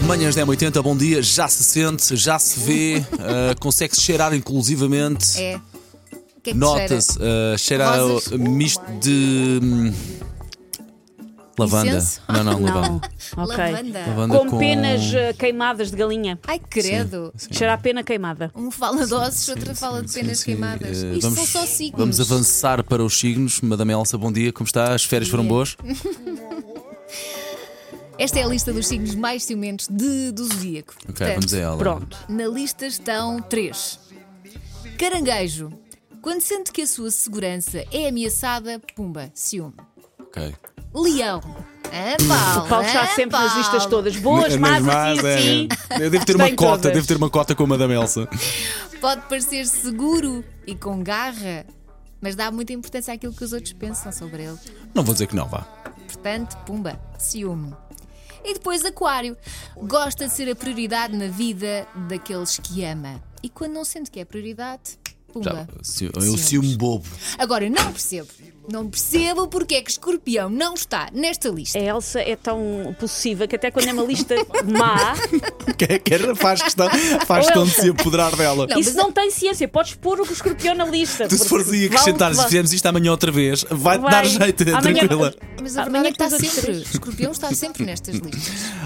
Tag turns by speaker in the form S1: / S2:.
S1: Manhãs 1080, bom dia, já se sente, já se vê, eh, consegue-se cheirar inclusivamente.
S2: É. oh O que é que
S1: Nota-se, eh, cheira a
S2: Rosas?
S1: misto de. hum, lavanda.
S2: Incenso?
S1: Não, não,
S3: Não,
S1: lavanda.
S2: Ok.
S3: ok.
S2: Lavanda.
S1: Lavanda
S3: Com penas eh, queimadas de galinha.
S2: Ai, credo.
S1: Sim, sim.
S3: Cheira a pena queimada.
S2: Um fala de ossos, outro
S1: Sim,
S2: fala de
S1: sim,
S2: penas
S1: sim.
S2: queimadas.
S1: Eh,
S2: Isto são só signos.
S1: Vamos avançar para os signos. Madame Elsa, bom dia, como está? As férias foram boas?
S2: Esta é a lista dos signos mais ciumentos de, do zodíaco.
S1: Ok, vamos a ela.
S3: Pronto.
S2: Na lista estão três: Caranguejo. Quando sente que a sua segurança é ameaçada, pumba, ciúme.
S1: Ok.
S2: Leão. Ah, Paulo,
S3: O Paulo está
S2: ah,
S3: sempre nas listas
S2: Paulo.
S3: todas. Boas, más, assim, assim.
S1: é. Eu devo ter
S3: uma
S1: uma
S3: Tem cota,
S1: cota,
S3: todas.
S1: devo
S3: devo
S1: ter uma cota com a Madame Elsa.
S2: Pode parecer seguro e com garra, mas dá muita importância àquilo que os outros pensam sobre ele.
S1: Não vou dizer que não, vá.
S2: Portanto, pumba, ciúme. E depois Aquário. Gosta de ser a prioridade na vida daqueles que ama. E quando não sente que é prioridade,
S1: Já, uh,
S2: pumba.
S1: se- eu ciúme bobo.
S2: Agora, não percebo. Não percebo porque é que Escorpião não está nesta lista.
S3: A Elsa é tão possessiva que até quando é uma lista má,
S1: Quer, quer, faz questão, faz questão de se apoderar dela.
S2: Não, mas-
S3: isso não tem ciência. Podes pôr o escorpião na lista.
S1: Tu se
S3: porque
S1: fores aí
S3: vale o que
S1: acrescentar, se
S3: vale.
S1: fizermos isto amanhã outra vez, vai-te
S3: Vai.
S1: dar jeito, é
S3: Amanhã-
S1: tranquila.
S2: Mas a
S3: Ah,
S2: verdade é que
S3: amanhã
S2: está
S3: tens outros
S2: sempre.
S3: três.
S2: Escorpião está sempre nestas listas.